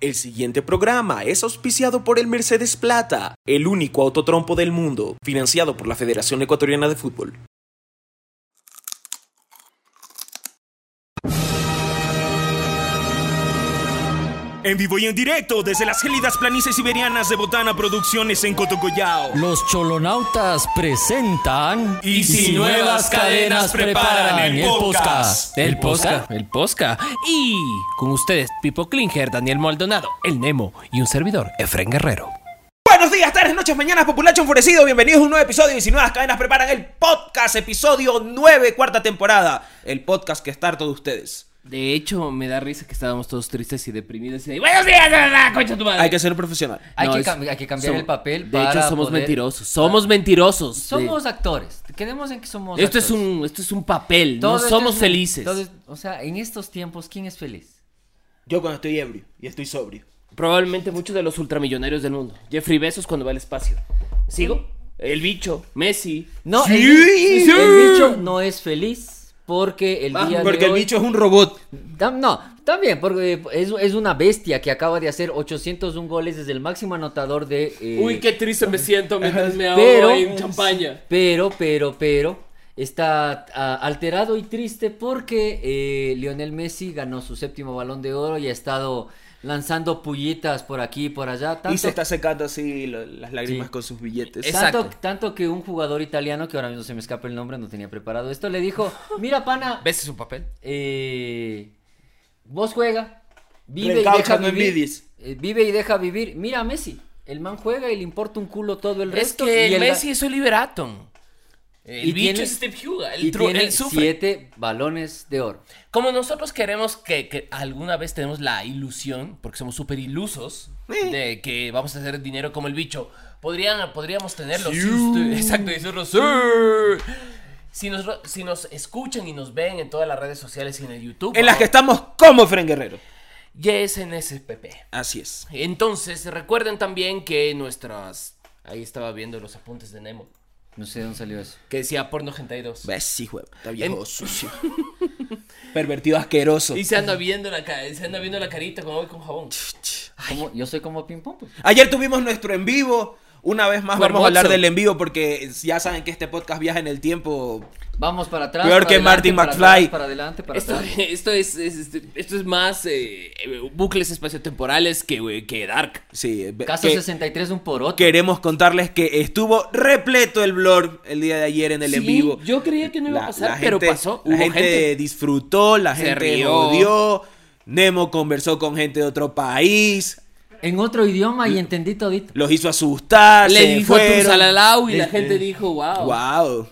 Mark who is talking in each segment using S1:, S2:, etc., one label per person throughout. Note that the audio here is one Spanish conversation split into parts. S1: El siguiente programa es auspiciado por el Mercedes Plata, el único autotrompo del mundo, financiado por la Federación Ecuatoriana de Fútbol.
S2: En vivo y en directo desde las gélidas planicies siberianas de Botana Producciones en Cotocollao.
S3: Los cholonautas presentan.
S2: Y si nuevas cadenas preparan el podcast.
S3: El posca, el posca. Y con ustedes, Pipo Klinger, Daniel Maldonado, el Nemo y un servidor, Efren Guerrero.
S1: Buenos días, tardes, noches, mañanas, populacho enfurecido. Bienvenidos a un nuevo episodio y si nuevas cadenas preparan el podcast, episodio 9, cuarta temporada. El podcast que está harto de ustedes.
S3: De hecho, me da risa que estábamos todos tristes y deprimidos. Y de, ¡Buenos días, la, la, concha tu madre!
S1: Hay que ser profesional.
S4: Hay,
S3: No,
S4: que,
S3: es-
S4: cam- hay que cambiar
S3: som-
S4: el papel.
S3: De hecho,
S4: para
S3: somos
S4: poder-
S3: mentirosos. Somos mentirosos.
S4: Somos actores. Quedemos en que somos
S3: De- esto, es
S4: actores.
S3: un, esto es un papel.
S4: Todo
S3: no
S4: esto
S3: somos
S4: es un-
S3: felices.
S4: todo es- o sea, en estos tiempos, ¿quién es feliz?
S1: Yo cuando estoy ebrio y estoy sobrio.
S3: Probablemente muchos de los ultramillonarios del mundo. Jeffrey Bezos cuando va al espacio. ¿Sigo? El bicho, Messi.
S4: No,
S1: Sí,
S4: el, bi-
S1: sí.
S4: el bicho no es feliz porque el
S1: Ah,
S4: día
S1: Porque
S4: de
S1: el
S4: hoy-
S1: bicho es un robot.
S4: Tam- No, también, porque eh, es, es una bestia que acaba de hacer 801 goles desde el máximo anotador de... eh,
S3: Uy, qué triste me siento mientras me ahogo
S4: pero,
S3: en champaña.
S4: Pero, pero, pero, está ah, alterado y triste porque eh, Lionel Messi ganó su séptimo balón de oro y ha estado lanzando pullitas por aquí y por allá. Tanto,
S1: Y se está secando así lo- las lágrimas
S4: Sí.
S1: con sus billetes.
S3: Es-
S4: tanto,
S3: Exacto.
S4: tanto que un jugador italiano, que ahora mismo se me escapa el nombre, no tenía preparado esto, le dijo, mira pana,
S3: ¿Ves su papel?
S4: eh, vos juega, vive
S1: Recaucha,
S4: y deja
S1: no
S4: vivir.
S1: envidies.
S4: eh, vive y deja vivir. Mira a Messi. El man juega y le importa un culo todo el
S3: Es
S4: resto.
S3: que
S4: y
S3: el
S4: él ga-
S3: Messi es Liberaton. El
S4: Y
S3: bicho
S4: tiene-
S3: es Steve Huga.
S4: y
S3: El, tru-
S4: tiene
S3: el sufre.
S4: siete balones de oro.
S3: Como nosotros queremos que, que alguna vez tenemos la ilusión, porque somos súper ilusos, de que vamos a hacer dinero como el bicho, podrían, podríamos tenerlo. si usted- exacto, decirlo. "Sí". Si nos, si nos escuchan y nos ven en todas las redes sociales y en el YouTube.
S1: En las que estamos como Fren Guerrero.
S3: YSNSPP.
S1: Así es.
S3: Entonces, recuerden también que nuestras... Ahí estaba viendo los apuntes de Nemo.
S4: No sé dónde salió eso.
S3: Que decía porno 92.
S1: Ves, sí, güey.
S4: Em-
S1: Está viejo, sucio. Pervertido asqueroso.
S3: Y se anda viendo la, ca- se anda viendo la carita como hoy con jabón.
S4: ¿Cómo? Yo soy como ping pong. pues.
S1: Ayer tuvimos nuestro en vivo. Una vez más
S3: Fue
S1: vamos a hablar
S3: hermoso.
S1: del en vivo porque ya saben que este podcast viaja en el tiempo.
S4: Vamos para atrás.
S1: Peor
S4: para
S1: que
S4: adelante,
S1: Martin
S4: para
S1: McFly.
S4: atrás, para adelante, para
S3: Esto,
S4: atrás.
S3: esto es, es- este- esto es más eh, eh, bucles espaciotemporales que, eh, que Dark.
S1: Sí, ve-
S4: Caso
S1: que-
S4: 63 un por otro.
S1: queremos contarles que estuvo repleto el blog el día de ayer en el en
S3: Sí,
S1: vivo.
S3: yo creía que no iba a pasar, pero pasó.
S1: La
S3: Hubo
S1: gente,
S3: gente.
S1: disfrutó, la
S3: Se
S1: gente
S3: rió.
S1: odió. Nemo conversó con gente de otro país,
S4: En otro idioma y entendí todito.
S1: los hizo asustar,
S3: Le
S1: se
S3: dijo
S1: fueron.
S3: Tumsalalau y la
S1: Eh,
S3: gente
S1: eh.
S3: dijo, wow.
S1: Wow.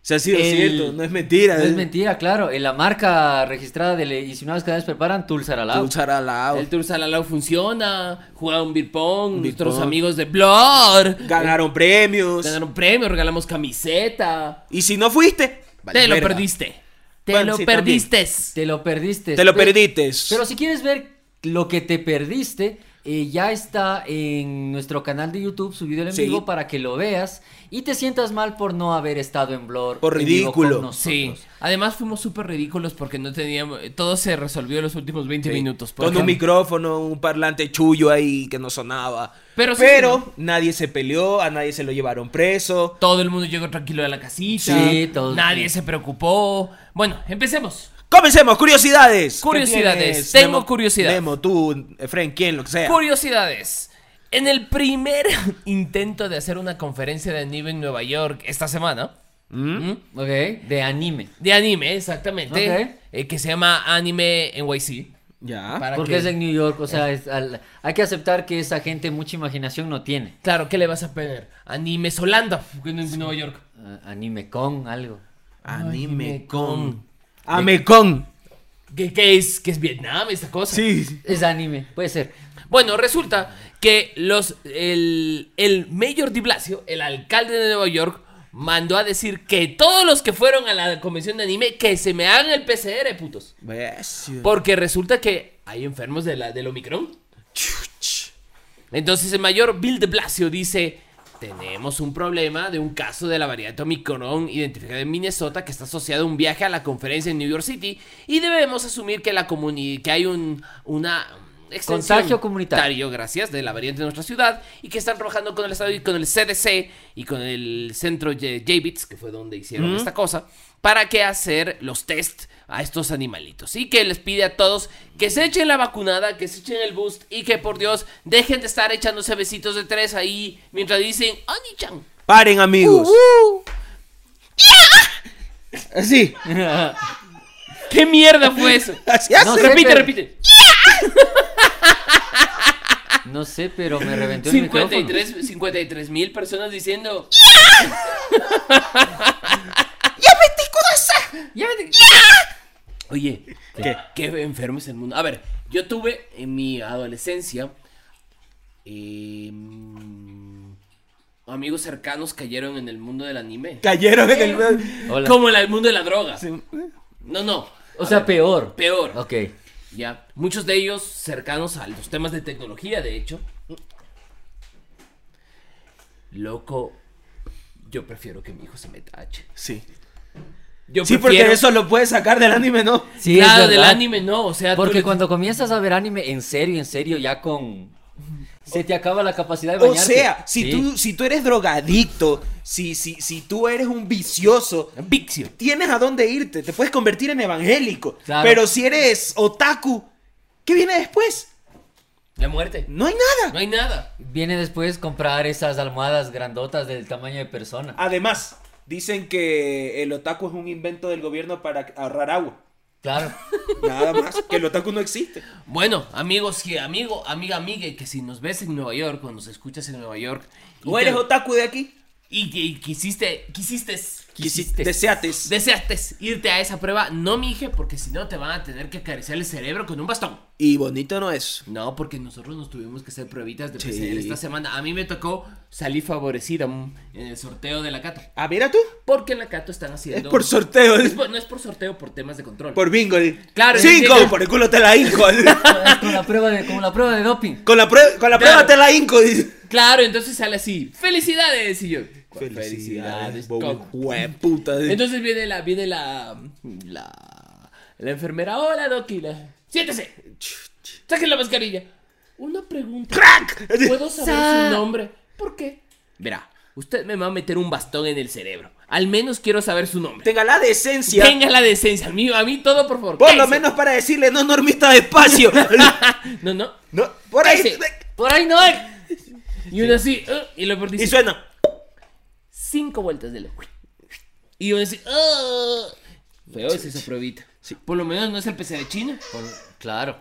S1: Se ha sido
S4: El-
S1: cierto, no es mentira.
S4: No es mentira, claro. En la marca registrada de le- y si unas cadenas preparan, Tulsaralao.
S1: Tumsalalau.
S3: El Tour Salalau funciona, jugaron beer pong,
S1: Beer
S3: nuestros
S1: pong.
S3: amigos de Blur
S1: Ganaron premios.
S3: ganaron premio, regalamos camiseta.
S1: Y si no fuiste, vale
S3: Te lo
S1: verga.
S3: perdiste. Te
S1: Bueno,
S3: lo
S1: sí, también.
S3: perdiste.
S4: Te lo perdiste.
S1: Te lo
S4: Pe-
S1: perdiste.
S4: Pero si quieres ver lo que te perdiste, eh, ya está en nuestro canal de YouTube subido el en
S1: Sí.
S4: vivo para que lo veas y te sientas mal por no haber estado en Blor.
S1: Por
S4: en vivo con
S1: ridículo.
S3: Sí,
S4: nosotros.
S3: además fuimos súper ridículos porque no teníamos. Todo se resolvió en los últimos 20 minutos. por
S1: Con un
S3: ejemplo.
S1: micrófono, un parlante chullo ahí que no sonaba.
S3: Pero sí.
S1: nadie se peleó, a nadie se lo llevaron preso.
S3: Todo el mundo llegó tranquilo a la casita.
S4: Sí, todo-
S3: Nadie se preocupó. Bueno, empecemos.
S1: Comencemos, curiosidades. ¿Qué
S3: Curiosidades,
S1: tienes,
S3: tengo curiosidad.
S1: Nemo, tú, Efren, quien, lo que sea.
S3: Curiosidades. En el primer intento de hacer una conferencia de anime en Nueva York esta semana, ¿Mm?
S4: Ok, de anime.
S3: de anime exactamente,
S4: Ok.
S3: eh, que se llama Anime NYC.
S1: ya.
S3: Para Eh.
S4: Porque
S3: que-
S4: es en New York, o sea, es al- hay que aceptar que esa gente mucha imaginación no tiene.
S3: Claro, ¿qué le vas a pedir? Anime Solanda, en en Nueva York.
S4: Ah, anime con algo.
S1: Anime
S3: Animecon.
S1: con. Amecon.
S3: ¿Qué, qué es? ¿Qué es Vietnam esta cosa?
S1: Sí.
S4: Es anime, puede ser.
S3: Bueno, resulta que los el, el mayor de Blasio, el alcalde de Nueva York, mandó a decir que todos los que fueron a la convención de anime que se me hagan el PCR, putos.
S1: Bestia.
S3: Porque resulta que hay enfermos de la, del Omicron. Entonces el mayor Bill de Blasio dice, tenemos un problema de un caso de la variante Omicron identificada en Minnesota que está asociado a un viaje a la conferencia en New York City y debemos asumir que, la comuni- que hay un, una, extensión
S4: Contagio comunitario.
S3: gracias, de la variante de nuestra ciudad y que están trabajando con el Estado y con el CDC y con el centro J- Javits, que fue donde hicieron esta cosa, para que hacer los test a estos animalitos. Y que les pide a todos que se echen la vacunada, que se echen el boost y que por Dios dejen de estar echándose besitos de tres ahí mientras dicen Oni-chan.
S1: Paren, amigos. Así.
S3: ¿Qué mierda fue eso?
S1: Así
S4: No
S1: hace.
S4: sé,
S3: repite,
S4: pero-
S3: repite.
S4: No sé, pero me reventó el micrófono.
S3: 53 53 mil personas diciendo ¡Ya me Oye,
S1: ¿Qué?
S3: ¿Qué? enfermo es el mundo. A ver, yo tuve en mi adolescencia eh, em, amigos cercanos cayeron en el mundo del anime.
S1: Cayeron en el.
S4: Hola.
S3: Como en el mundo de la droga. No, no.
S4: O sea, peor.
S3: Peor.
S4: Ok.
S3: Ya. Muchos de ellos cercanos a los temas de tecnología, de hecho. Loco, yo prefiero que mi hijo se meta a H.
S1: Sí.
S3: Yo
S1: Sí, porque
S3: prefiero-
S1: eso lo puedes sacar del anime, ¿no?
S4: Sí, es
S3: claro, del
S4: verdad.
S3: anime no, o sea, tú
S4: Porque
S3: le-
S4: cuando comienzas a ver anime en serio, en serio, ya con... Se te acaba la capacidad de
S1: O
S4: bañarte.
S1: sea, si,
S4: Sí.
S1: tú, si tú eres drogadicto, si, si, si tú eres un vicioso,
S3: Vicio.
S1: tienes a dónde irte, te puedes convertir en evangélico.
S4: Claro.
S1: Pero si eres otaku, ¿qué viene después?
S3: La muerte.
S1: No hay nada.
S3: No hay nada.
S4: Viene después comprar esas almohadas grandotas del tamaño de
S1: Ah.
S4: persona.
S1: Además, dicen que el otaku es un invento del gobierno para ahorrar agua.
S4: Claro.
S1: Nada más, que el otaku no existe.
S3: Bueno, amigos, que amigo, amiga, amiga, que si nos ves en Nueva York o nos escuchas en Nueva York y,
S1: ¿O
S3: te-
S1: eres otaku de aquí?
S3: y que y quisiste, quisiste,
S4: Quisiste.
S1: Deseate.
S3: deseaste irte a esa prueba, no mije, porque si no te van a tener que acariciar el cerebro con un bastón.
S1: Y bonito no es.
S3: No, porque nosotros nos tuvimos que hacer pruebitas de
S1: Sí.
S3: PCR esta semana. A mí me tocó salir favorecida mm, en el sorteo de la Cato.
S1: Ah, mira tú.
S3: Porque en la Cato están
S1: Es
S3: haciendo.
S1: por sorteo.
S3: Es por- no es por sorteo, por temas de control.
S1: Por bingo.
S3: Claro,
S1: Cinco.
S3: sí, sí.
S1: Por el culo te la hinco.
S4: Con la prueba de, como la prueba de doping.
S1: con la, prue- con la
S3: Claro.
S1: prueba te la hinco. dice.
S3: Claro, entonces sale así. ¡Felicidades! Y yo.
S1: Felicidades,
S3: con-
S1: Bobo. Jueputa.
S3: Entonces viene la, viene la. La. La enfermera. Hola, Doki. la- Siéntese. Saquen la mascarilla. Una pregunta.
S1: ¡Crack!
S3: ¿Puedo saber su nombre? ¿Por qué? Verá, usted me va a meter un bastón en el cerebro. Al menos quiero saber su nombre.
S1: Tenga la decencia.
S3: Tenga la decencia. A mí, a mí todo, por favor.
S1: Por lo
S3: Cállese.
S1: menos para decirle no normista despacio.
S3: No, no.
S1: no, por ahí.
S3: Cállese.
S4: Por ahí no hay.
S3: Y uno así. "Ah", y lo peor
S1: Y
S3: dice,
S1: suena.
S3: cinco vueltas de loco. Y uno así. "Ah". Feo es esa probita. Por lo menos no es el PC de China.
S4: Claro.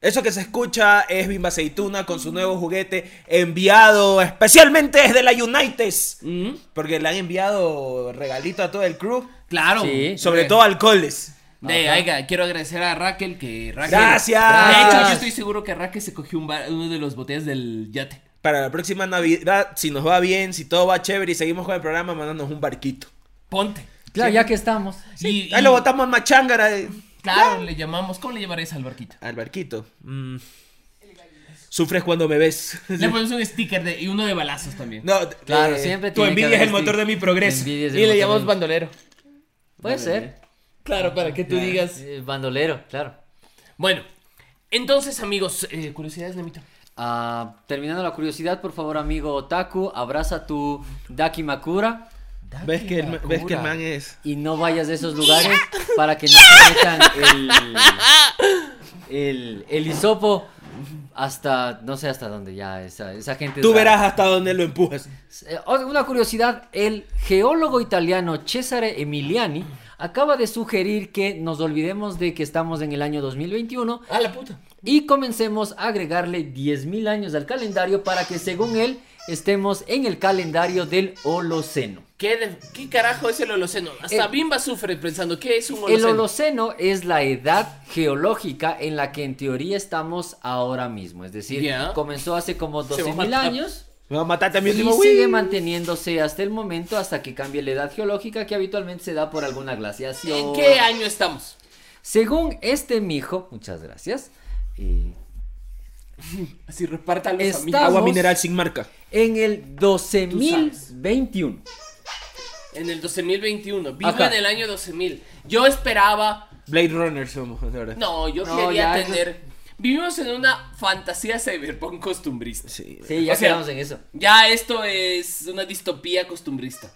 S1: Eso que se escucha es Bimba Aceituna con su nuevo juguete enviado especialmente desde la United.
S3: Mm,
S1: Porque le han enviado regalito a todo el crew.
S3: Claro.
S4: Sí.
S1: Sobre todo alcoholes.
S3: De, oiga, quiero agradecer a Raquel que Raquel.
S1: Gracias.
S3: De hecho,
S1: Gracias.
S3: yo estoy seguro que Raquel se cogió un bar- uno de los botellas del yate.
S1: Para la próxima Navidad, si nos va bien, si todo va chévere y seguimos con el programa, mandándonos un barquito.
S3: Ponte.
S4: Claro, ya que estamos.
S3: Y-
S1: Ahí
S3: y-
S1: lo botamos a Machangara. eh.
S3: Claro, le llamamos. ¿Cómo le llamarás al barquito?
S1: Al barquito. Mm. Sufres cuando me ves.
S3: Le ponemos un sticker de, y uno de balazos también.
S1: No,
S4: Claro,
S1: eh,
S4: siempre
S1: Tu
S4: tiene que
S1: envidia es
S4: haber
S1: el motor
S4: este-
S1: de mi progreso.
S4: envidia es el
S3: y le
S4: motor
S3: llamamos
S4: de-
S3: bandolero.
S4: Puede ser.
S3: Claro, para que tú digas.
S4: Eh, Bandolero, claro.
S3: Bueno, entonces, amigos, eh, curiosidades, Nemito.
S4: Ah, terminando la curiosidad, por favor, amigo Otaku, abraza tu Dakimakura
S1: ¿Ves que, el, ma- ves que el
S3: Dakura.
S1: man es.
S4: y no vayas de esos lugares para que no te metan el, el, el hisopo hasta, no sé hasta dónde ya, esa, esa gente. es
S1: Tú
S4: rara.
S1: verás hasta dónde lo empujas.
S4: Eh, o- Una curiosidad, el geólogo italiano Cesare Emiliani acaba de sugerir que nos olvidemos de que estamos en el año 2021
S3: Ah, la puta.
S4: y comencemos a agregarle 10.000 años al calendario para que según él estemos en el calendario del Holoceno.
S3: ¿Qué, de- qué carajo es el Holoceno? Hasta
S4: El-
S3: Bimba sufre pensando, ¿qué es un
S4: El
S3: Eh, Holoceno?
S4: Holoceno es la edad geológica en la que en teoría estamos ahora mismo, es decir,
S3: Ya.
S4: comenzó hace como
S3: Se va a
S4: 12.000
S3: matar.
S4: años.
S1: Me va a matar
S4: Y
S1: también. digo, "Uy".
S4: sigue manteniéndose hasta el momento hasta que cambie la edad geológica que habitualmente se da por alguna glaciación.
S3: ¿En qué año estamos?
S4: Según este mijo, muchas gracias, eh,
S3: Así repártalos a mí.
S4: Está-
S1: Agua
S4: Vamos.
S1: mineral sin marca.
S4: en el 12.021.
S3: En el 12.021. Vivo
S4: Ajá.
S3: en el año 12.000. Yo esperaba...
S1: Blade Runner somos, de verdad.
S3: No, yo
S4: No,
S3: quería
S4: ya, eso-
S3: tener... Vivimos en una fantasía cyberpunk costumbrista.
S1: Sí.
S4: Sí, ya
S3: O sea,
S4: quedamos en eso.
S3: Ya esto es una distopía costumbrista.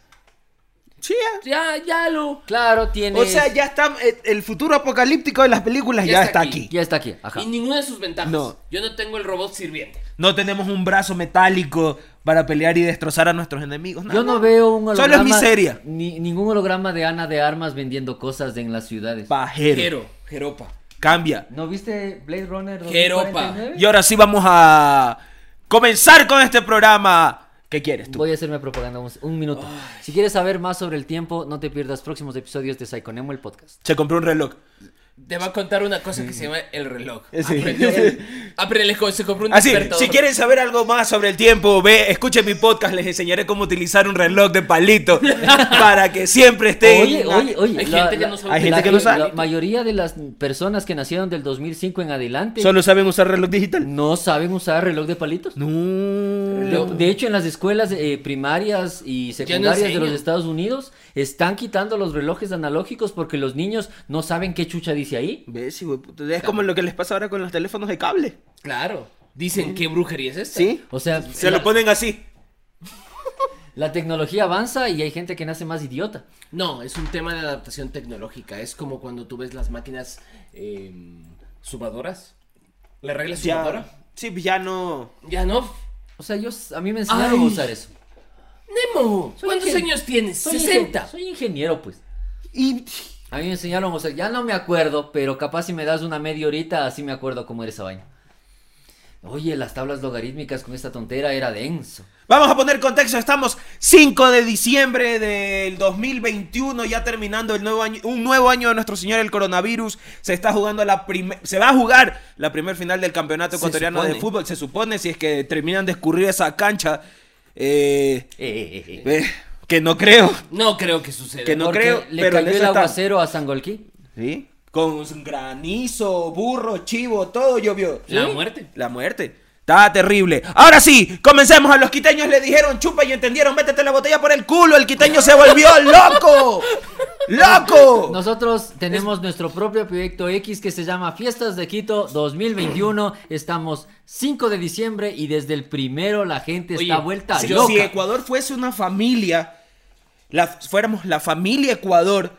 S1: Sí, ya.
S3: Ya, ya lo.
S4: Claro, tiene.
S1: O sea, ya está eh, el futuro apocalíptico de las películas
S3: Ya
S1: ya,
S3: está
S1: está,
S3: aquí.
S1: aquí.
S4: Ya está aquí, ajá.
S3: Y ninguna de sus ventajas.
S1: No.
S3: Yo no tengo el robot sirviente.
S1: No tenemos un brazo metálico para pelear y destrozar a nuestros enemigos.
S4: Yo no veo un
S1: Solo
S4: holograma.
S1: es miseria.
S4: ni- ningún holograma de Ana de Armas vendiendo cosas en las ciudades.
S1: Pajero.
S3: Jero, Jeropa.
S1: Cambia.
S4: ¿No viste Blade Runner
S3: Jeropa.
S4: 2049?
S1: Y ahora sí vamos a comenzar con este programa. ¿Qué quieres tú?
S4: Voy a hacerme propaganda un, un minuto. Si quieres saber más sobre el tiempo, no te pierdas próximos episodios de Psychonemo, el podcast.
S1: Se compró un reloj.
S3: Te va a contar una cosa que se llama el reloj.
S1: Sí.
S3: Aprende, aprende, se compró un
S1: Así,
S3: despertador.
S1: Ah, si quieren saber algo más sobre el tiempo, ve, escuchen mi podcast, les enseñaré cómo utilizar un reloj de palito para que siempre estén.
S4: Oye, oye, oye.
S3: Hay
S4: la-
S3: gente que
S4: la-
S3: no sabe
S1: Hay gente
S4: la-
S1: que no sabe.
S4: La mayoría de las personas que nacieron del 2005 en adelante
S1: ¿Solo saben usar reloj digital?
S4: no saben usar reloj de palitos.
S1: No.
S4: De, de hecho, en las escuelas eh, primarias y secundarias de los
S3: enseñan.
S4: Estados Unidos están quitando los relojes analógicos porque los niños no saben qué chucha dice ahí.
S1: ¿Ves, hijo de puta? Es como lo que les pasa ahora con los teléfonos de cable.
S3: Claro. Dicen, ¿qué brujería es esta?
S1: ¿Sí?
S4: O sea,
S1: Se
S4: la,
S1: lo ponen así.
S4: la tecnología avanza y hay gente que nace más idiota.
S3: No, es un tema de adaptación tecnológica. Es como cuando tú ves las máquinas eh, subadoras. ¿La regla
S1: Ya.
S3: subadora?
S1: Sí, pues ya no.
S3: Ya no.
S4: O sea, yo a mí me enseñaron a
S3: Ay.
S4: usar eso.
S3: Nemo,
S4: Soy
S3: ¿cuántos
S4: ingen-
S3: años tienes?
S4: Soy
S3: 60.
S4: ingen- soy ingeniero, pues.
S1: Y.
S4: A mí me enseñaron, o sea, ya no me acuerdo, pero capaz si me das una media horita, así me acuerdo cómo era esa vaina. Oye, las tablas logarítmicas con esta tontera era denso.
S1: Vamos a poner contexto, estamos 5 de diciembre del 2021, ya terminando el nuevo año, un nuevo año de nuestro señor el coronavirus. Se está jugando la primer- se va a jugar la primer final del campeonato
S4: Se
S1: ecuatoriano de
S4: supone.
S1: fútbol, se supone, si es que terminan de escurrir esa cancha. Eh,
S4: Eh, eh, eh.
S1: eh, que no creo.
S3: No creo que suceda.
S1: Que no-
S4: Porque
S1: creo,
S4: le
S1: pero en
S4: cayó el
S1: eso está.
S4: aguacero a Sangolquí.
S1: ¿Sí? Con granizo, burro, chivo, todo llovió.
S3: La
S1: ¿Sí?
S3: muerte.
S1: La muerte. Está terrible. Ahora sí, comencemos. A los quiteños le dijeron chupa y entendieron, métete la botella por el culo. El quiteño se volvió loco. ¡Loco!
S4: Nosotros tenemos nuestro propio proyecto X que se llama Fiestas de Quito 2021. Estamos 5 de diciembre y desde el primero la gente
S3: Oye,
S4: está vuelta
S1: Si-
S4: loca.
S1: si Ecuador fuese una familia, la, fuéramos la familia Ecuador,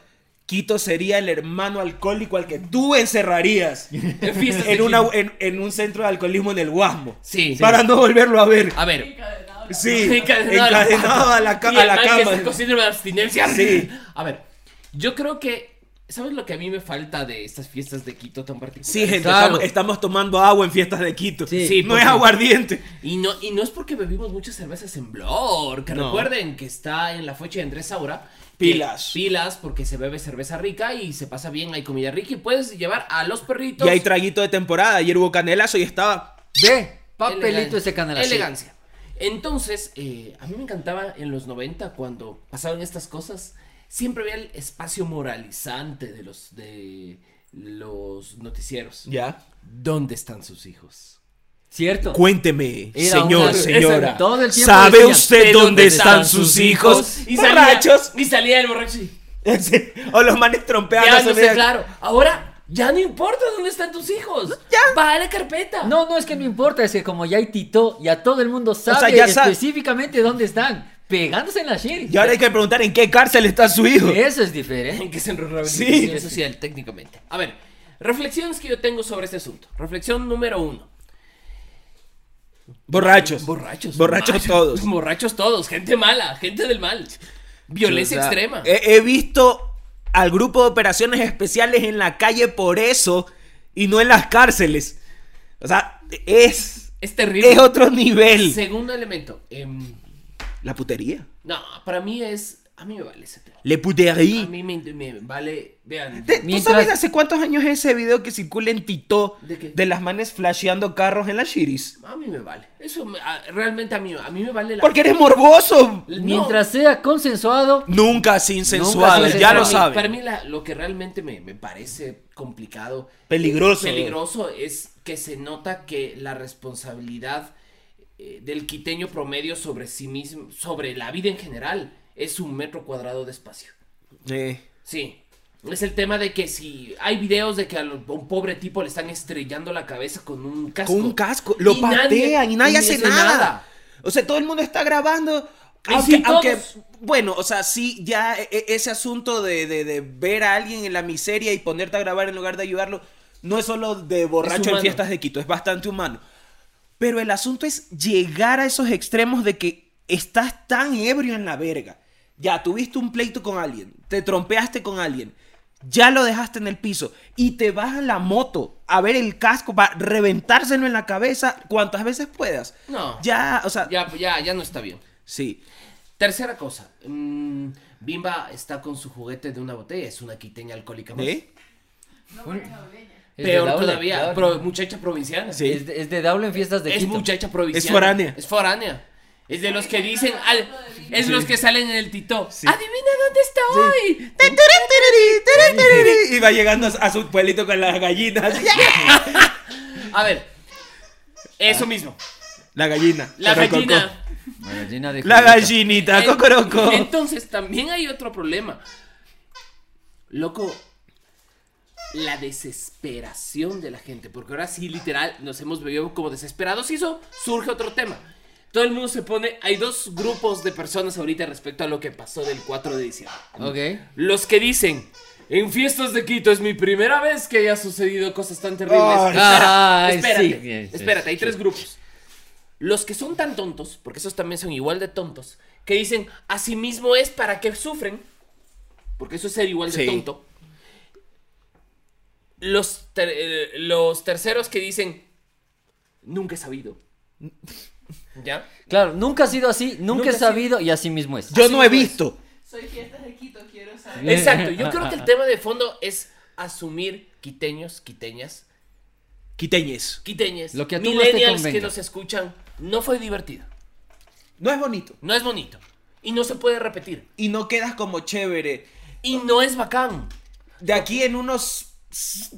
S1: Quito sería el hermano alcohólico al que tú encerrarías
S3: En fiestas de
S1: en, una-
S3: Quito.
S1: en- en un centro de alcoholismo en el Guasmo.
S3: Sí, Ah, sí.
S1: Para no volverlo a ver.
S3: A ver.
S1: Sí,
S3: Encadenado a la-
S1: encadenado a la, ca-
S3: Y el
S1: a la
S3: man que se
S1: cama.
S3: considera una abstinencia.
S1: Sí.
S3: A ver, yo creo que. ¿Sabes lo que a mí me falta de estas fiestas de Quito tan particulares?
S1: Sí, gente,
S4: Claro.
S1: estamos, estamos tomando agua en fiestas de Quito.
S4: Sí.
S3: Sí,
S1: no
S3: porque-
S1: es aguardiente.
S3: Y no, y no es porque bebimos muchas cervezas en Blor, que
S1: No.
S3: recuerden que está en la fecha de Andrés Saura.
S1: Pilas.
S3: Que- Pilas, porque se bebe cerveza rica y se pasa bien, hay comida rica y puedes llevar a los perritos.
S1: Y hay traguito de temporada. Ayer hubo canelazo y estaba.
S4: Ve, papelito
S3: Elegancia.
S4: ese canal así.
S3: Elegancia. Entonces, eh, a mí me encantaba en los 90 cuando pasaban estas cosas, siempre había el espacio moralizante de los, de los noticieros.
S1: Ya.
S3: ¿Dónde están sus hijos?
S4: ¿Cierto?
S1: Cuénteme,
S4: Era
S1: señor,
S4: una-
S1: señora.
S4: todo el tiempo
S1: ¿Sabe
S4: decían,
S1: usted dónde están sus hijos?
S3: Y salía,
S1: ¿Borrachos?
S3: Y salía el borracho. y-
S1: Sí, o los manes
S3: Ya
S1: trompeando.
S3: no sé, claro. Ahora, ya no importa dónde están tus hijos. Ya. Va a la carpeta.
S4: No, no es que no importa, es que como ya hay Tito, ya todo el mundo
S1: sea,
S4: sabe
S1: ya sabe.
S4: específicamente dónde están, pegándose en la shit.
S1: Y ahora hay que preguntar en qué cárcel está su hijo.
S3: Eh.
S4: Eso es diferente.
S3: En que se enrolaba en
S1: Sí.
S3: rehabilitación social, técnicamente. A ver, reflexiones que yo tengo sobre este asunto. Reflexión número uno.
S1: Borrachos.
S3: Borrachos.
S1: Borrachos todos.
S3: Borrachos todos. Gente mala, gente del mal. Violencia
S1: O sea,
S3: extrema.
S1: He, he visto al grupo de operaciones especiales en la calle por eso y no en las cárceles. O sea, es,
S3: es terrible.
S1: es otro nivel.
S3: Segundo elemento. em,
S1: La putería.
S3: no, para mí es... A mí me vale ese tema.
S1: Le
S3: A
S1: putería.
S3: mí me, me vale... Vean.
S1: Te- ¿Tú
S4: Mientras-
S1: sabes hace cuántos años es ese video que circula en Tito
S3: ¿De qué?
S1: de, las manes flasheando carros en la Shiris?
S3: A mí me vale. Eso me- a- realmente a mí, a mí me vale la...
S1: Porque eres morboso.
S3: No.
S4: Mientras sea consensuado,
S1: Nunca sin
S4: sensual,
S1: sensual,
S4: sin
S1: ya
S3: Para
S1: Pues lo
S3: mí-
S1: sabes.
S3: Para mí la- lo que realmente me, me parece complicado.
S1: Peligroso.
S3: Peligroso es que se nota que la responsabilidad eh, del quiteño promedio sobre sí mismo, sobre la vida en general, es un metro cuadrado de espacio.
S1: Eh,
S3: Sí. Es el tema de que si hay videos de que a lo- a un pobre tipo le están estrellando la cabeza con un casco.
S1: Con un casco. Lo
S3: Y nadie-
S1: patean y nadie hace nada. O sea, todo el mundo está grabando.
S3: Ay,
S1: Aunque,
S3: sí,
S1: aunque-
S3: todos.
S1: bueno, o sea, sí, ya e- e- ese asunto de, de- de ver a alguien en la miseria y ponerte a grabar en lugar de ayudarlo, no es solo de borracho en
S3: humano.
S1: fiestas de Quito, es bastante humano. Pero el asunto es llegar a esos extremos de que estás tan ebrio en la verga. Ya, tuviste un pleito con alguien, te trompeaste con alguien, ya lo dejaste en el piso y te vas a la moto a ver el casco para reventárselo en la cabeza cuantas veces puedas.
S3: No.
S1: Ya, o sea,
S3: Ya, ya, ya no está bien.
S1: sí.
S3: Tercera cosa. mm, Bimba está con su juguete de una botella. Es una quiteña alcohólica más.
S1: ¿Eh?
S4: Es de
S3: Peor
S4: Daule,
S3: todavía.
S4: Daule.
S3: pro- muchacha provinciana.
S1: Sí.
S4: Es, de, es de Daule en fiestas de
S3: es
S4: Quito.
S3: muchacha provinciana.
S1: Es foránea.
S3: Es foránea. Es de los que dicen. al- es los que salen en el Tito.
S1: Sí.
S3: Adivina dónde está hoy.
S1: Y va llegando a- a su pueblito con las gallinas.
S3: A ver. Eso mismo.
S1: La gallina.
S3: La
S1: Cocoroco.
S3: gallina.
S4: La gallina de
S1: La
S4: Julieta.
S1: gallinita,
S3: En-
S1: cocoroco.
S3: Entonces también hay otro problema. Loco, la desesperación de la gente, porque ahora sí literal nos hemos bebido como desesperados y eso surge otro tema. Todo el mundo se pone, hay dos grupos de personas ahorita respecto a lo que pasó del 4 de diciembre.
S4: Ok.
S3: Los que dicen, en fiestas de Quito es mi primera vez que haya sucedido cosas tan terribles.
S1: Ay,
S3: Espera,
S4: ay,
S3: espérate,
S4: sí, sí, sí,
S3: espérate, hay
S4: sí.
S3: tres grupos. Los que son tan tontos, porque esos también son igual de tontos, que dicen, así mismo es para que sufren, porque eso es ser igual de
S1: Sí.
S3: tonto. Los, ter- eh, los terceros que dicen, nunca he sabido. ¿Ya?
S4: Claro, nunca ha sido así, nunca,
S3: Nunca
S4: he
S3: ha
S4: sabido y así mismo es.
S1: Yo
S3: pues.
S1: no he visto.
S5: Soy fiestas de Quito, quiero saber.
S4: Bien.
S3: Exacto, yo creo que el tema de fondo es asumir quiteños, quiteñas,
S1: Quiteñes.
S3: quiteñes,
S4: Lo que a tú más te
S3: millennials que
S4: convenga.
S3: nos escuchan, no fue divertido,
S1: No es bonito.
S3: no es bonito y no se puede repetir
S1: Y no quedas como chévere.
S3: y no es bacán.
S1: De aquí en unos.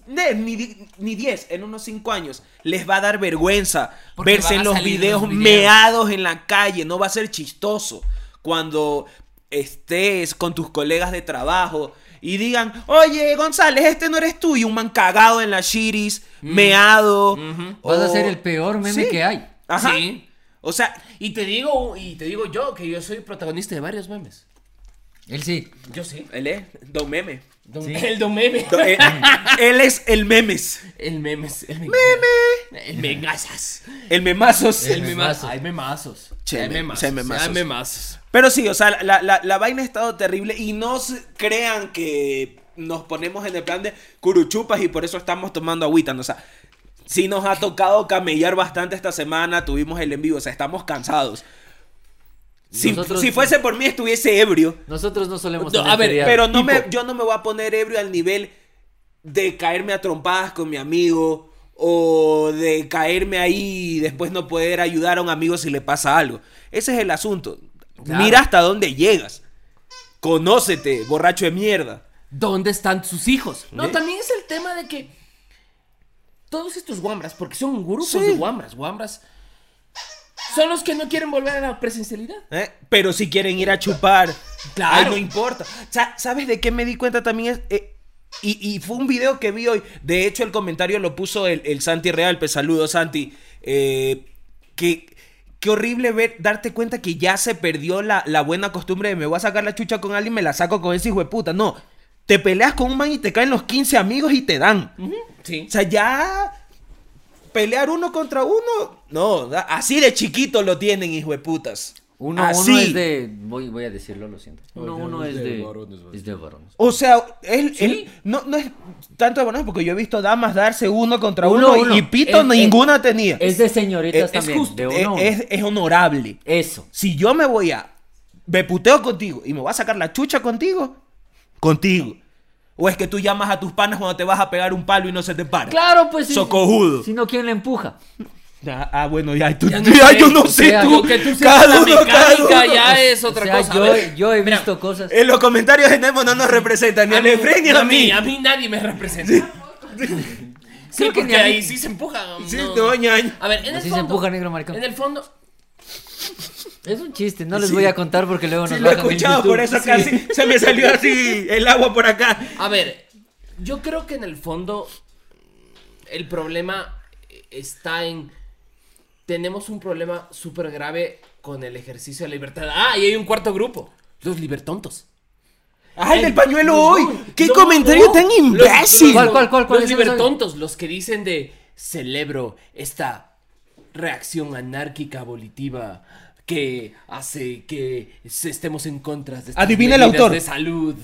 S1: ne- Ni di- ni 10, en unos 5 años. Les va a dar vergüenza
S3: Porque
S1: verse en
S3: van a
S1: los
S3: salir
S1: videos,
S3: los videos.
S1: meados en la calle. No va a ser chistoso. Cuando estés con tus colegas de trabajo y digan: Oye, González, este no eres tú. Y un man cagado en la shiris,
S3: Mm.
S1: meado.
S4: Vas a
S1: o-
S4: ser el peor meme
S1: Sí.
S4: que hay.
S1: Ajá.
S3: Sí.
S1: O sea,
S3: Y te digo y te digo yo que yo soy protagonista de varios memes.
S4: Él sí.
S3: Yo sí.
S1: él es Don Meme.
S3: Don- El don meme.
S1: Do- eh, él es el memes.
S3: El memes. El meme. El mengazas.
S1: El memazos.
S4: El
S3: El memazos.
S4: memazo.
S3: Hay memazos.
S1: Che,
S3: Hay
S1: me-
S3: memazos.
S1: che, memazos.
S3: Hay memazos.
S1: Pero sí, o sea, la, la- la vaina ha estado terrible y no se- crean que nos ponemos en el plan de curuchupas y por eso estamos tomando agüita. ¿no? O sea, sí nos ha tocado camellar bastante esta semana, tuvimos el en vivo, o sea, estamos cansados. Si,
S4: Nosotros-
S1: si fuese por mí estuviese ebrio,
S4: Nosotros no solemos.
S3: No,
S4: tener
S3: a ver,
S4: feriado.
S1: pero no me, yo no me voy a poner ebrio al nivel de caerme a trompadas con mi amigo o de caerme ahí y después no poder ayudar a un amigo si le pasa algo. Ese es el asunto.
S3: Claro.
S1: Mira hasta dónde llegas. Conócete, borracho de mierda.
S3: ¿Dónde están sus hijos? No,
S1: ¿Ves?
S3: también es el tema de que todos estos guambras, porque son grupos
S1: Sí.
S3: de guambras, guambras, son los que no quieren volver a la presencialidad.
S1: ¿eh? Pero si quieren ir a chupar,
S3: Claro.
S1: ay, no importa. Sa- ¿Sabes de qué me di cuenta también? Es, eh, y, y fue un video que vi hoy. De hecho, el comentario lo puso el, el Santi Realpe. Saludos, Santi. Eh, que, qué horrible ver, darte cuenta que ya se perdió la, la buena costumbre de me voy a sacar la chucha con alguien y me la saco con ese hijo de puta. No, te peleas con un man y te caen los 15 amigos y te dan.
S3: Sí.
S1: O sea, ya pelear uno contra uno, no, da- así de chiquito lo tienen, hijo de putas.
S4: Uno, uno
S1: así.
S4: es de. Voy, voy a decirlo, lo siento. Uno, uno es de. es de varones.
S1: O sea, él,
S3: Sí.
S1: él- no, no es tanto de varones, porque yo he visto damas darse uno contra
S4: Uno,
S1: uno, y-
S4: uno.
S1: y pito
S4: Es- es-
S1: ninguna tenía.
S4: Es de señoritas también. de uno,
S1: es, e-
S4: uno.
S1: es- es honorable.
S4: Eso.
S1: Si yo me voy a, me puteo contigo y me voy a sacar la chucha contigo, contigo. O es que tú llamas a tus panas cuando te vas a pegar un palo y no se te para.
S4: Claro, pues. sí.
S1: Socojudo.
S4: Si no, ¿quién le empuja?
S1: Ah, ah, bueno, ya, tú-
S3: Ya no
S1: ya
S3: sé,
S1: yo no
S3: o
S1: sé,
S4: sea,
S1: tú.
S4: lo
S3: que tú sepas
S1: cada
S3: la
S1: uno, cada
S3: mecánica
S1: uno.
S3: ya es
S4: O
S3: otra
S4: sea,
S3: cosa. a ver.
S4: Yo, yo he
S3: Mira,
S4: visto cosas.
S1: En los comentarios de Nemo no nos representan ni a Lefren ni a mí.
S3: A mí nadie me representa. Sí,
S4: Creo que ni
S3: porque
S4: a mí.
S3: ahí sí se empujan.
S1: Sí,
S3: no.
S1: no, ñaño.
S3: A ver, en el
S4: Así se
S3: fondo.
S4: empuja, negro maricón.
S3: en el fondo.
S4: Es un chiste, no les voy a contar porque luego nos
S1: Sí, lo he
S4: bajan el
S1: escuchado, por eso
S4: YouTube.
S1: casi se me salió así el agua por acá.
S3: A ver, yo creo que en el fondo el problema está en... Tenemos un problema súper grave con el ejercicio de la libertad. Ah, y hay un cuarto grupo, los libertontos.
S1: Ay, del pañuelo
S3: No,
S1: hoy. Qué
S3: no,
S1: comentario
S3: no.
S1: tan
S3: Los-
S1: imbécil.
S4: ¿Cuál, cuál, cuál, cuál?
S3: Los
S4: Ese no
S3: libertontos, los que dicen de celebro esta reacción anárquica volitiva que hace que se- estemos en contra de estas
S1: Adivina el
S3: medidas
S1: autor.
S3: de salud.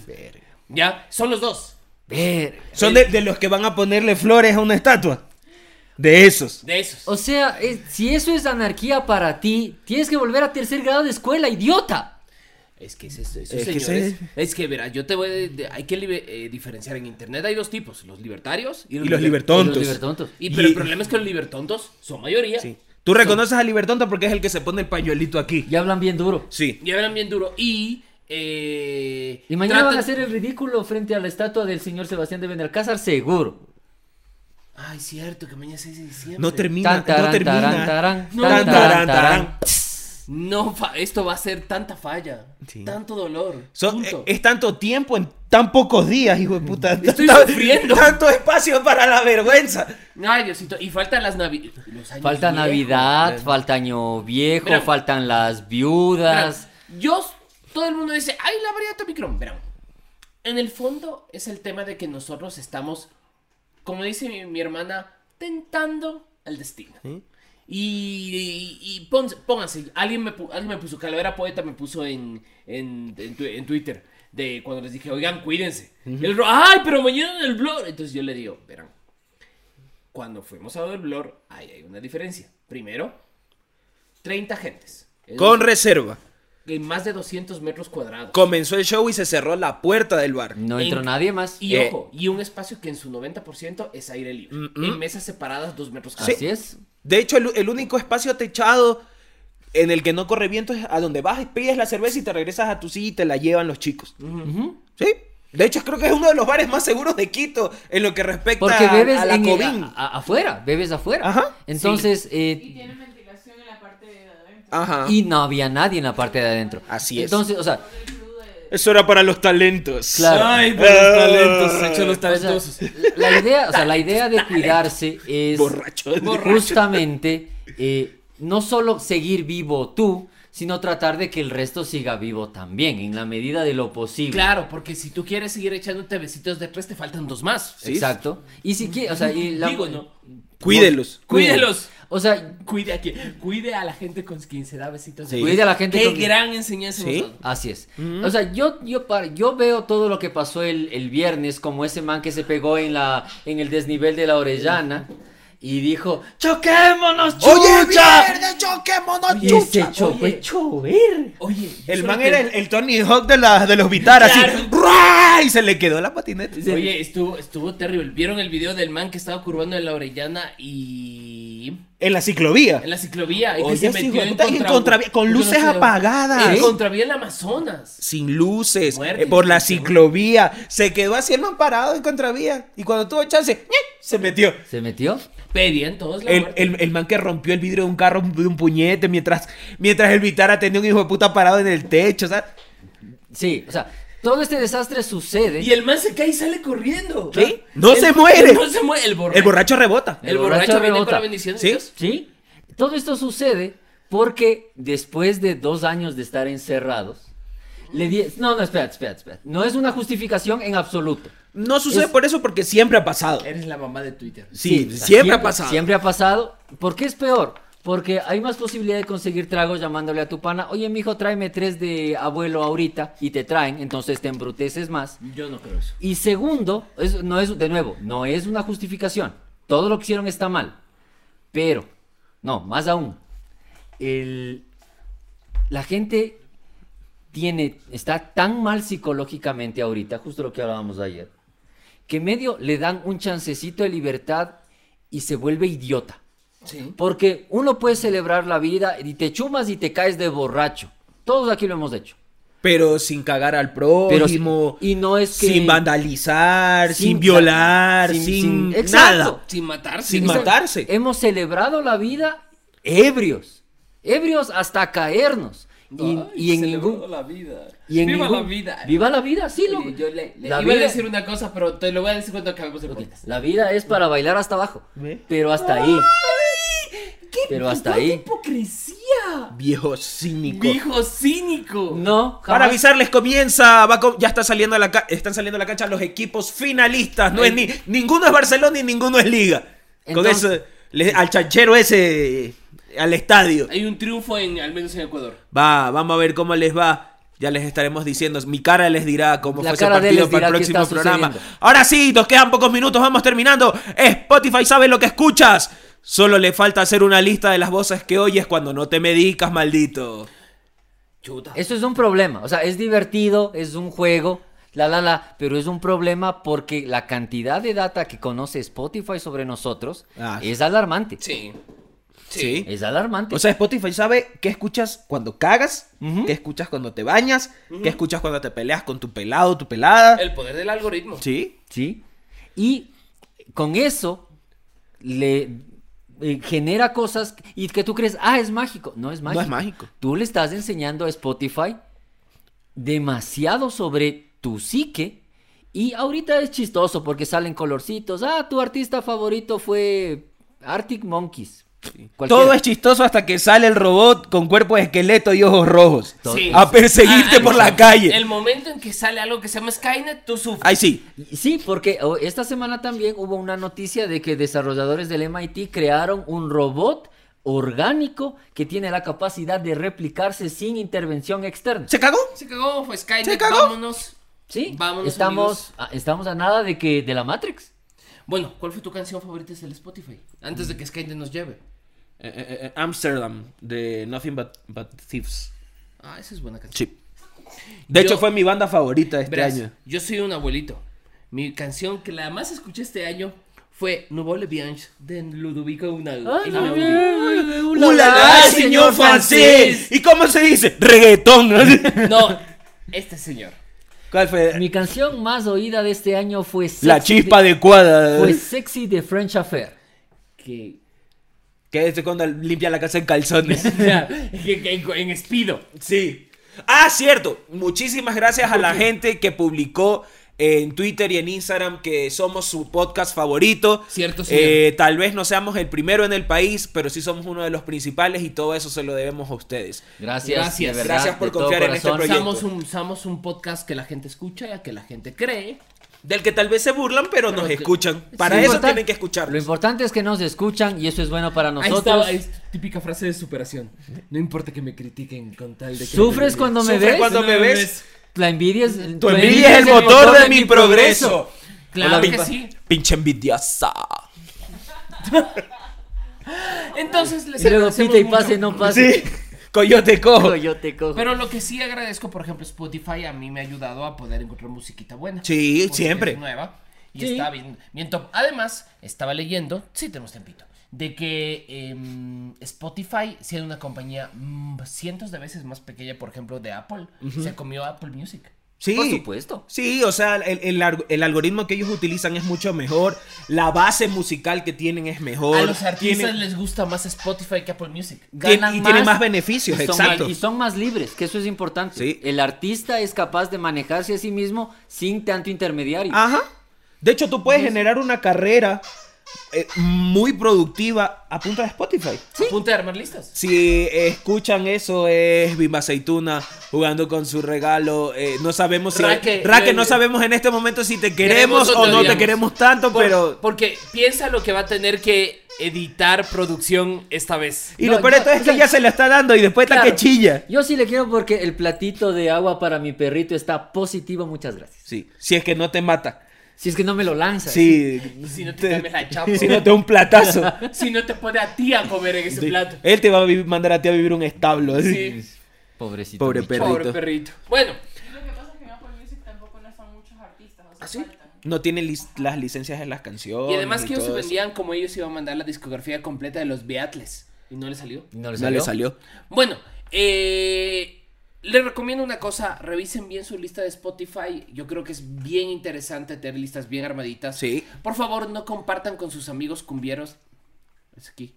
S3: Ya, son los dos.
S4: Ver.
S1: Son de, de los que van a ponerle flores a una estatua. De esos.
S3: De esos.
S4: O sea, eh, si eso es anarquía para ti, tienes que volver a tercer grado de escuela, idiota.
S3: Es que es eso, esos
S1: Es que
S3: señores.
S1: se-
S3: Es que, verá, yo te voy. de- de- hay que libe- eh, diferenciar en internet. Hay dos tipos: los libertarios y los,
S1: Y los
S3: liber-
S1: libertontos.
S4: Los libertontos.
S3: Y, pero
S1: Y-
S3: el problema es que los libertontos son mayoría.
S1: Sí. Tú reconoces a Libertonto porque es el que se pone el pañuelito aquí.
S4: Y hablan bien duro.
S1: Sí.
S3: Y hablan bien duro. Y. eh,
S4: Y mañana van a
S3: tratan-
S4: hacer el ridículo frente a la estatua del señor Sebastián de Benalcázar, seguro.
S3: Ay, cierto, que mañana es 6 de diciembre.
S1: No termina.
S4: Tan,
S1: No
S4: tarán,
S1: termina.
S4: tarán, tarán,
S1: No.
S4: tan,
S1: Tan, tarán,
S4: tarán, tarán.
S1: tarán.
S3: No, fa- esto va a ser tanta falla.
S1: Sí.
S3: Tanto dolor.
S1: Son-
S3: punto.
S1: eh, es tanto tiempo en tan pocos días, hijo de puta.
S3: Estoy
S1: Tan-
S3: sufriendo.
S1: Tanto espacio para la vergüenza.
S3: Ay, Diosito. Y faltan las navi los años
S4: Falta
S3: viejos.
S4: Navidad, falta Año Viejo,
S3: Verán.
S4: faltan las
S3: Verán,
S4: viudas.
S3: Yo, todo el mundo dice, ay, la variante Omicron. Verán, en el fondo es el tema de que nosotros estamos, como dice mi, mi hermana, tentando al destino. Y, y, y pon- pónganse, alguien me, pu- alguien me puso, Calavera Poeta me puso en, en, en tu- en Twitter, de cuando les dije, oigan, cuídense. Y el ro- ay, pero mañana en el blog. Entonces yo le digo, verán, cuando fuimos a el blog, ahí hay una diferencia. Primero, 30 gentes. Es
S1: Con reserva.
S3: en más de 200 metros cuadrados.
S1: Comenzó el show y se cerró la puerta del bar.
S4: No entró
S3: En-
S4: nadie más.
S3: y
S1: Eh.
S3: ojo, y un espacio que en su 90% es aire libre. En mesas separadas, dos metros cada
S4: Así es.
S1: De hecho, el, el único espacio techado en el que no corre viento es a donde vas, pides la cerveza y te regresas a tu silla y te la llevan los chicos. ¿Sí? De hecho, creo que es uno de los bares más seguros de Quito en lo que respecta
S4: Porque
S1: a-
S4: bebes
S1: a la
S4: en-
S1: COVID.
S4: a- a- afuera, bebes afuera.
S1: Ajá.
S4: Entonces,
S5: Y
S4: eh,
S5: tiene ventilación en la parte de adentro.
S1: Ajá.
S4: y no había nadie en la parte de adentro.
S1: Ah. Así es.
S4: Entonces, o sea,
S5: Por el flujo de-
S1: Eso era para los talentos.
S4: Claro.
S3: Ay,
S1: por los talentos,
S3: hecho los
S4: Ah. o sea, la idea, o sea, la idea de cuidarse es
S1: Borracho.
S4: justamente eh, no solo seguir vivo tú, sino tratar de que el resto siga vivo también, en la medida de lo posible.
S3: Claro, porque si tú quieres seguir echándote besitos de tres, te faltan dos más.
S1: Sí.
S4: Exacto. Y si quieres, o sea, y la-
S3: Digo, no.
S1: Cuídelos.
S3: Cuídelos.
S4: O sea,
S3: Cuide a, quien- cuide a la gente con quien se da besitos.
S1: Sí.
S4: Cuide a la gente
S3: Qué
S4: con quien-
S3: gran Mm. enseñanza.
S1: Sí.
S3: nos da.
S4: Así es. O sea, yo, yo, par- yo veo todo lo que pasó el, el viernes, como ese man que se pegó en, la, en el desnivel de la Orellana y dijo, ¡Choquémonos,
S1: ¡Oye,
S4: chucha!
S1: mierda, choquémonos,
S4: y
S1: chucha!
S4: se chocó,
S3: oye.
S4: chover.
S3: Oye, yo
S1: El
S3: solo
S1: man
S3: te-
S1: era el, el Tony Hawk de, la- de los Vitar, así.
S3: Claro.
S1: ¡Ruah! Y se le quedó la patineta.
S3: Oye, estuvo, estuvo terrible. ¿Vieron el video del man que estaba curvando en la orellana y.
S1: En la ciclovía.
S3: En la ciclovía. y que
S1: Oye,
S3: se
S1: sí,
S3: metió
S1: hijo de
S3: en
S1: puta, en
S3: contravía-
S1: contravía- con
S3: Yo no
S1: luces
S3: sé.
S1: apagadas. ¿Eh?
S3: En
S1: ¿Sí?
S3: contravía en Amazonas.
S1: sin luces,
S3: Muerte,
S1: eh, por la
S3: sí, sí.
S1: ciclovía. Se quedó así el man parado en contravía. Y cuando tuvo chance, ¡ñe! se metió.
S4: ¿Se metió?
S3: Pedían todos la
S1: El,
S3: muerte.
S1: el- el man que rompió el vidrio de un carro de un puñete mientras, mientras el Vitara tenía un hijo de puta parado en el techo. O sea,
S4: Sí, o sea, todo este desastre sucede.
S3: Y el man se cae y sale corriendo.
S1: ¿Qué? ¡No
S3: El-
S1: se muere!
S3: No se muere. El borracho.
S1: el borracho rebota.
S3: El
S4: El
S3: borracho
S4: borracho
S3: viene con
S4: rebota.
S3: la bendición de
S1: ¿Sí?
S3: Dios.
S4: ¿Sí? Todo esto sucede porque después de dos años de estar encerrados, le di... No, no, espérate, espérate, espérate. No es una justificación en absoluto.
S1: No sucede
S4: Es-
S1: por eso porque siempre ha pasado.
S3: Eres la mamá de Twitter.
S1: Sí,
S4: o
S1: siempre,
S4: sea,
S1: ha pasado.
S4: Siempre ha pasado. ¿Por qué es peor? Porque hay más posibilidad de conseguir tragos llamándole a tu pana, oye, mijo, tráeme tres de abuelo ahorita, y te traen, entonces te embruteces más.
S3: Yo no creo eso.
S4: Y segundo, es- no es, de nuevo, no es una justificación. Todo lo que hicieron está mal. Pero, no, más aún, el- la gente tiene, está tan mal psicológicamente ahorita, justo lo que hablábamos ayer, que medio le dan un chancecito de libertad y se vuelve idiota.
S3: Sí.
S4: Porque uno puede celebrar la vida y te chumas y te caes de borracho. Todos aquí lo hemos hecho.
S1: Pero sin cagar al
S4: Pero
S1: prójimo.
S4: y no es que
S1: Sin vandalizar, sin,
S4: sin-
S1: violar, sin,
S4: sin- sin- exacto.
S1: nada.
S3: Sin matarse.
S1: Sin
S3: Esa-
S1: matarse.
S4: Hemos celebrado la vida ebrios. ebrios hasta caernos. Y, y en
S3: celebró
S4: ningún.
S3: la vida.
S4: y en
S3: Viva
S4: ningún-
S3: la vida.
S4: Viva la vida, sí,
S3: Sí,
S4: loco.
S3: yo le, le
S4: La
S3: iba
S4: vida-
S3: a decir una cosa, pero te lo voy a decir cuando acabemos el podcast.
S4: La vida es para bailar hasta abajo. Pero hasta ahí. Pero hasta
S3: ¡Cuánta
S4: ahí.
S3: hipocresía!
S1: Viejo cínico.
S3: ¡Hijo cínico!
S4: No,
S1: Para
S4: jamás.
S1: avisarles, comienza, va co- ya está saliendo a la ca- están saliendo a la cancha los equipos finalistas. No es ni, ninguno es Barcelona y ninguno es Liga. Con
S4: Entonces-
S1: eso, le- al chanchero ese, al estadio.
S3: Hay un triunfo en, al menos en Ecuador.
S1: Va, vamos a ver cómo les va. Ya les estaremos diciendo, mi cara les dirá cómo
S4: La
S1: fue ese
S4: cara de él
S1: partido
S4: les
S1: para el
S4: dirá qué
S1: próximo
S4: está
S1: programa.
S4: sucediendo.
S1: Ahora sí, nos quedan pocos minutos, vamos terminando. Spotify sabe lo que escuchas. Solo le falta hacer una lista de las voces que oyes cuando no te medicas, maldito.
S3: Chuta.
S4: Eso es un problema. O sea, es divertido, es un juego, la, la, la, pero es un problema porque la cantidad de data que conoce Spotify sobre nosotros
S1: Ah.
S4: es alarmante.
S3: Sí.
S1: Sí.
S4: Es alarmante.
S1: O sea, Spotify sabe qué escuchas cuando cagas, qué escuchas cuando te bañas, qué escuchas cuando te peleas con tu pelado, tu pelada.
S3: El poder del algoritmo.
S1: Sí.
S4: ¿sí? Y con eso le eh, genera cosas y que tú crees, ah, es mágico. No es mágico.
S1: es mágico.
S4: Tú le estás enseñando a Spotify demasiado sobre tu psique. Y ahorita es chistoso porque salen colorcitos. Ah, tu artista favorito fue Arctic Monkeys. Cualquiera.
S1: Todo es chistoso hasta que sale el robot con cuerpo de esqueleto y ojos rojos.
S4: Todo-
S3: Sí.
S1: A perseguirte
S3: Ah,
S1: por
S3: el-
S1: la calle.
S3: El momento en que sale algo que se llama Skynet, tú sufres.
S1: Ay, sí.
S4: Sí, porque oh, esta semana también hubo una noticia de que desarrolladores del MIT crearon un robot orgánico que tiene la capacidad de replicarse sin intervención externa.
S1: ¿Se cagó?
S3: Se cagó, fue Skynet.
S1: Se cagó.
S3: Vámonos.
S4: Sí,
S3: Vámonos,
S4: estamos,
S3: amigos.
S4: a, estamos a nada de que de la Matrix.
S3: Bueno, ¿cuál fue tu canción favorita del Spotify? Antes de que Skynet nos lleve.
S1: Eh, Amsterdam, de Nothing But, Thieves.
S3: Ah, esa es buena canción.
S1: Sí. De hecho,
S3: Yo-
S1: fue mi banda favorita este
S3: Verás,
S1: año.
S3: yo soy un abuelito. Mi canción que la más escuché este año fue Nouveau Le Bianche de Ludovico Una.
S4: Ah,
S1: ¡Uh, la, la, señor francés! ¿Y cómo se dice? Reggaetón.
S3: No, este señor.
S1: ¿Cuál fue?
S4: Mi canción más oída de este año fue Sexy
S1: La chispa
S4: de,
S1: de cuadra.
S4: fue Sexy de French Affair.
S3: Que,
S1: Que es cuando limpia la casa en calzones.
S3: que- que- en espido.
S1: sí. Ah, cierto. Muchísimas gracias a la gente que publicó en Twitter y en Instagram que somos su podcast favorito.
S3: Cierto, señor.
S1: Eh, tal vez no seamos el primero en el país, pero sí somos uno de los principales y todo eso se lo debemos a ustedes.
S4: Gracias,
S3: Gracias.
S4: de verdad,
S1: Gracias por
S4: de todo
S1: confiar en este
S4: corazón.
S1: proyecto.
S3: Somos un, somos un podcast que la gente escucha y a que la gente cree.
S1: Del que tal vez se burlan, pero nos
S3: que-
S1: escuchan.
S3: Sí,
S1: Para
S4: Lo
S1: eso
S4: importan-
S1: tienen que
S4: Lo
S1: escucharnos.
S4: importante es que nos escuchan y eso es bueno para
S3: Ahí
S4: nosotros.
S3: está, ahí es típica frase de superación. No importa que me critiquen con tal de que.
S4: ¿Sufres cuando me
S1: Sufre
S4: ves?
S1: cuando me ves.
S4: La envidia es,
S1: Tu
S4: la
S1: envidia es el motor de mi progreso.
S3: Claro que
S1: Hola,
S3: sí.
S1: Pinche envidiosa.
S3: Entonces les
S4: Y luego
S3: agradecemos
S4: pita y
S3: mucho.
S4: pase, no pase.
S1: Sí. Coyote cojo.
S4: Yo te cojo.
S3: Pero lo que sí agradezco, por ejemplo, Spotify a mí me ha ayudado a poder encontrar musiquita buena.
S1: Sí,
S3: Porque
S1: siempre.
S3: es nueva y
S4: Sí.
S3: está bien, bien top. Además, estaba leyendo, sí tenemos tiempito, de que em, Spotify, siendo una compañía mm, cientos de veces más pequeña, por ejemplo, de Apple, se comió Apple Music.
S1: Sí.
S4: Por supuesto.
S1: Sí, o sea, el, el alg- el algoritmo que ellos utilizan es mucho mejor. La base musical que tienen es mejor.
S3: A los artistas
S1: tienen,
S3: les gusta más Spotify que Apple Music.
S1: tien-
S4: ganan
S1: y tienen
S4: más
S1: más beneficios,
S4: Y son,
S1: exacto.
S4: y son más libres, que eso es importante.
S1: Sí.
S4: El artista es capaz de manejarse a sí mismo sin tanto intermediario.
S1: Ajá. De hecho, tú puedes generar una carrera eh, muy productiva a punta de Spotify.
S3: A punto de armar listas.
S1: Si eh, escuchan eso es Bimba Aceituna jugando con su regalo. eh, no sabemos si
S3: Raque,
S1: Raque,
S3: le-
S1: no sabemos en este momento si te queremos,
S3: Queremos o
S1: o
S3: te
S1: no te
S3: odiamos.
S1: queremos tanto,
S3: Por-
S1: pero
S3: Porque piensa lo que va a tener que editar producción esta vez.
S1: y
S4: no,
S1: lo peor de
S4: yo-
S1: todo es
S4: o
S1: que
S4: sea,
S1: ella se la está dando y después está
S4: Claro.
S1: que chilla.
S4: Yo sí le quiero porque el platito de agua para mi perrito está positivo, muchas gracias.
S1: Sí, si es que no te mata.
S4: Si es que no me lo lanzas.
S1: Sí.
S3: Si no te cambias la chapa.
S1: Si no te da un platazo.
S3: Si no te pone a ti a comer en ese
S1: Sí.
S3: plato.
S1: Él te va a vi- mandar a ti a vivir un establo.
S3: Sí.
S4: Pobrecito.
S1: Pobre
S4: mi-
S1: perrito.
S3: Pobre perrito. Bueno,
S6: Lo que pasa es que en Apple Music tampoco no son muchos artistas. O sea,
S3: sí?
S6: faltan.
S1: No tiene lis- las licencias de las canciones.
S3: y además que ellos se
S1: todo eso.
S3: vendían como ellos iban a mandar la discografía completa de los Beatles. Y no le salió.
S4: No le
S1: No
S4: salió.
S1: le salió.
S3: Bueno, eh, les recomiendo una cosa. Revisen bien su lista de Spotify. Yo creo que es bien interesante tener listas bien armaditas.
S1: Sí.
S3: Por favor, no compartan con sus amigos cumbieros. Es aquí.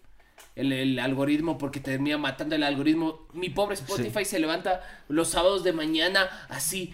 S3: el, el algoritmo porque termina matando el algoritmo. Mi pobre Spotify se levanta los sábados de mañana así.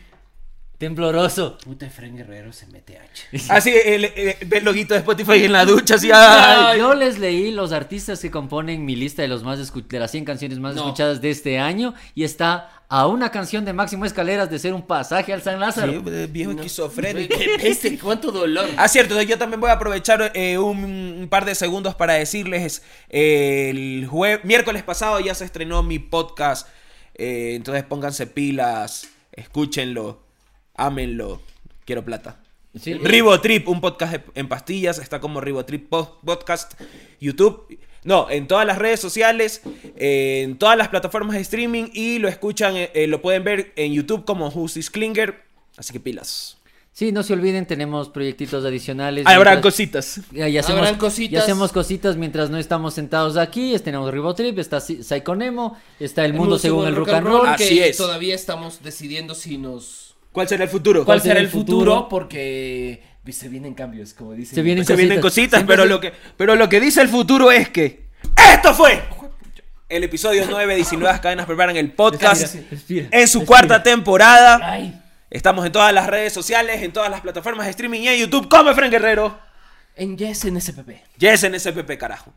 S4: Tembloroso.
S3: Puta Fren Guerrero se mete H.
S1: Así, Ah, el, el- el loguito de Spotify en la ducha, así. ¡ay!
S4: Yo les leí los artistas que componen mi lista de los más escu- de las 100 canciones más
S3: No.
S4: escuchadas de este año y está a una canción de Máximo Escaleras de ser un pasaje al San Lázaro.
S1: Sí, eh, viejo esquizofrénico.
S3: Qué peste, cuánto dolor.
S1: Ah, cierto, yo también voy a aprovechar eh, un, un par de segundos para decirles, eh, el jue- miércoles pasado ya se estrenó mi podcast, eh, entonces pónganse pilas, escúchenlo, ámenlo, quiero plata.
S4: Sí.
S1: Ribotrip, un podcast de- en pastillas, está como Ribotrip Po- Podcast, YouTube, no, en todas las redes sociales, eh, en todas las plataformas de streaming y lo escuchan, eh, eh, lo pueden ver en YouTube como Justice Klinger, así que pilas.
S4: Sí, no se olviden, tenemos proyectitos adicionales.
S1: Habrá
S4: mientras-
S1: cositas.
S4: Ya, ya hacemos,
S3: Habrán
S4: cositas.
S3: cositas.
S4: hacemos cositas mientras no estamos sentados aquí. Es- Tenemos Ribotrip, está Si- Psycho Nemo, está El Mundo Según el Rock and Roll.
S1: roll.
S3: que
S1: Así es.
S3: Todavía estamos decidiendo si nos.
S1: ¿Cuál será el futuro?
S3: ¿Cuál será el futuro? Porque se vienen cambios, como dicen.
S4: Se vienen
S1: Pues Se vienen cositas, pero lo, que, pero lo que dice el futuro es que ¡Esto fue! El episodio 9 de 19 cadenas preparan el podcast
S4: Respira, respira,
S1: en su
S4: respira.
S1: cuarta temporada.
S3: Ay,
S1: Estamos en todas las redes sociales, en todas las plataformas de streaming y en YouTube. Come, Fran Guerrero.
S3: en Yes, en SPP.
S1: Yes en SPP, carajo.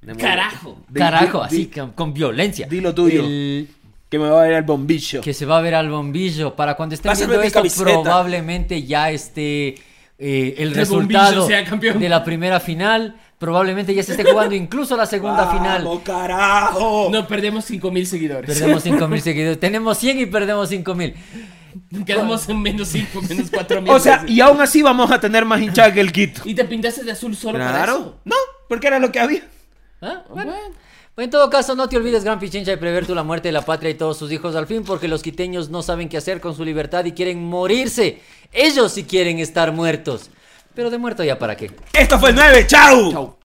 S1: De modo-
S3: Carajo.
S1: di-
S4: Carajo,
S1: di-
S4: así,
S1: di-
S4: con, con violencia.
S1: di lo tuyo.
S4: El-
S1: Que me va a ver el bombillo.
S4: que se va a ver al bombillo. Para cuando estén
S1: Pásame
S4: viendo
S1: mi
S4: esto,
S1: camiseta.
S4: probablemente ya esté eh, el
S3: El
S4: resultado
S3: bombillo sea campeón.
S4: de la primera final. Probablemente ya se esté jugando incluso la segunda final.
S1: ¡Vamos, carajo!
S3: No perdemos 5000 seguidores.
S4: Perdemos 5.000 seguidores. Tenemos 100 y perdemos 5.000.
S3: Quedamos en menos 5, menos 4000.
S1: o sea, y aún así vamos a tener más hinchada que el Quito.
S3: Y te pintaste de azul solo para
S1: Claro.
S3: eso.
S1: No, porque era lo que había.
S4: ¿Ah? Bueno.
S3: Bueno.
S4: Pues en todo caso, no te olvides, gran pichincha, de prever tú la muerte de la patria y todos sus hijos al fin, porque los quiteños no saben qué hacer con su libertad y quieren morirse. Ellos sí quieren estar muertos. Pero de muerto ya para qué.
S1: Esto fue el 9. ¡Chau!
S3: Chau.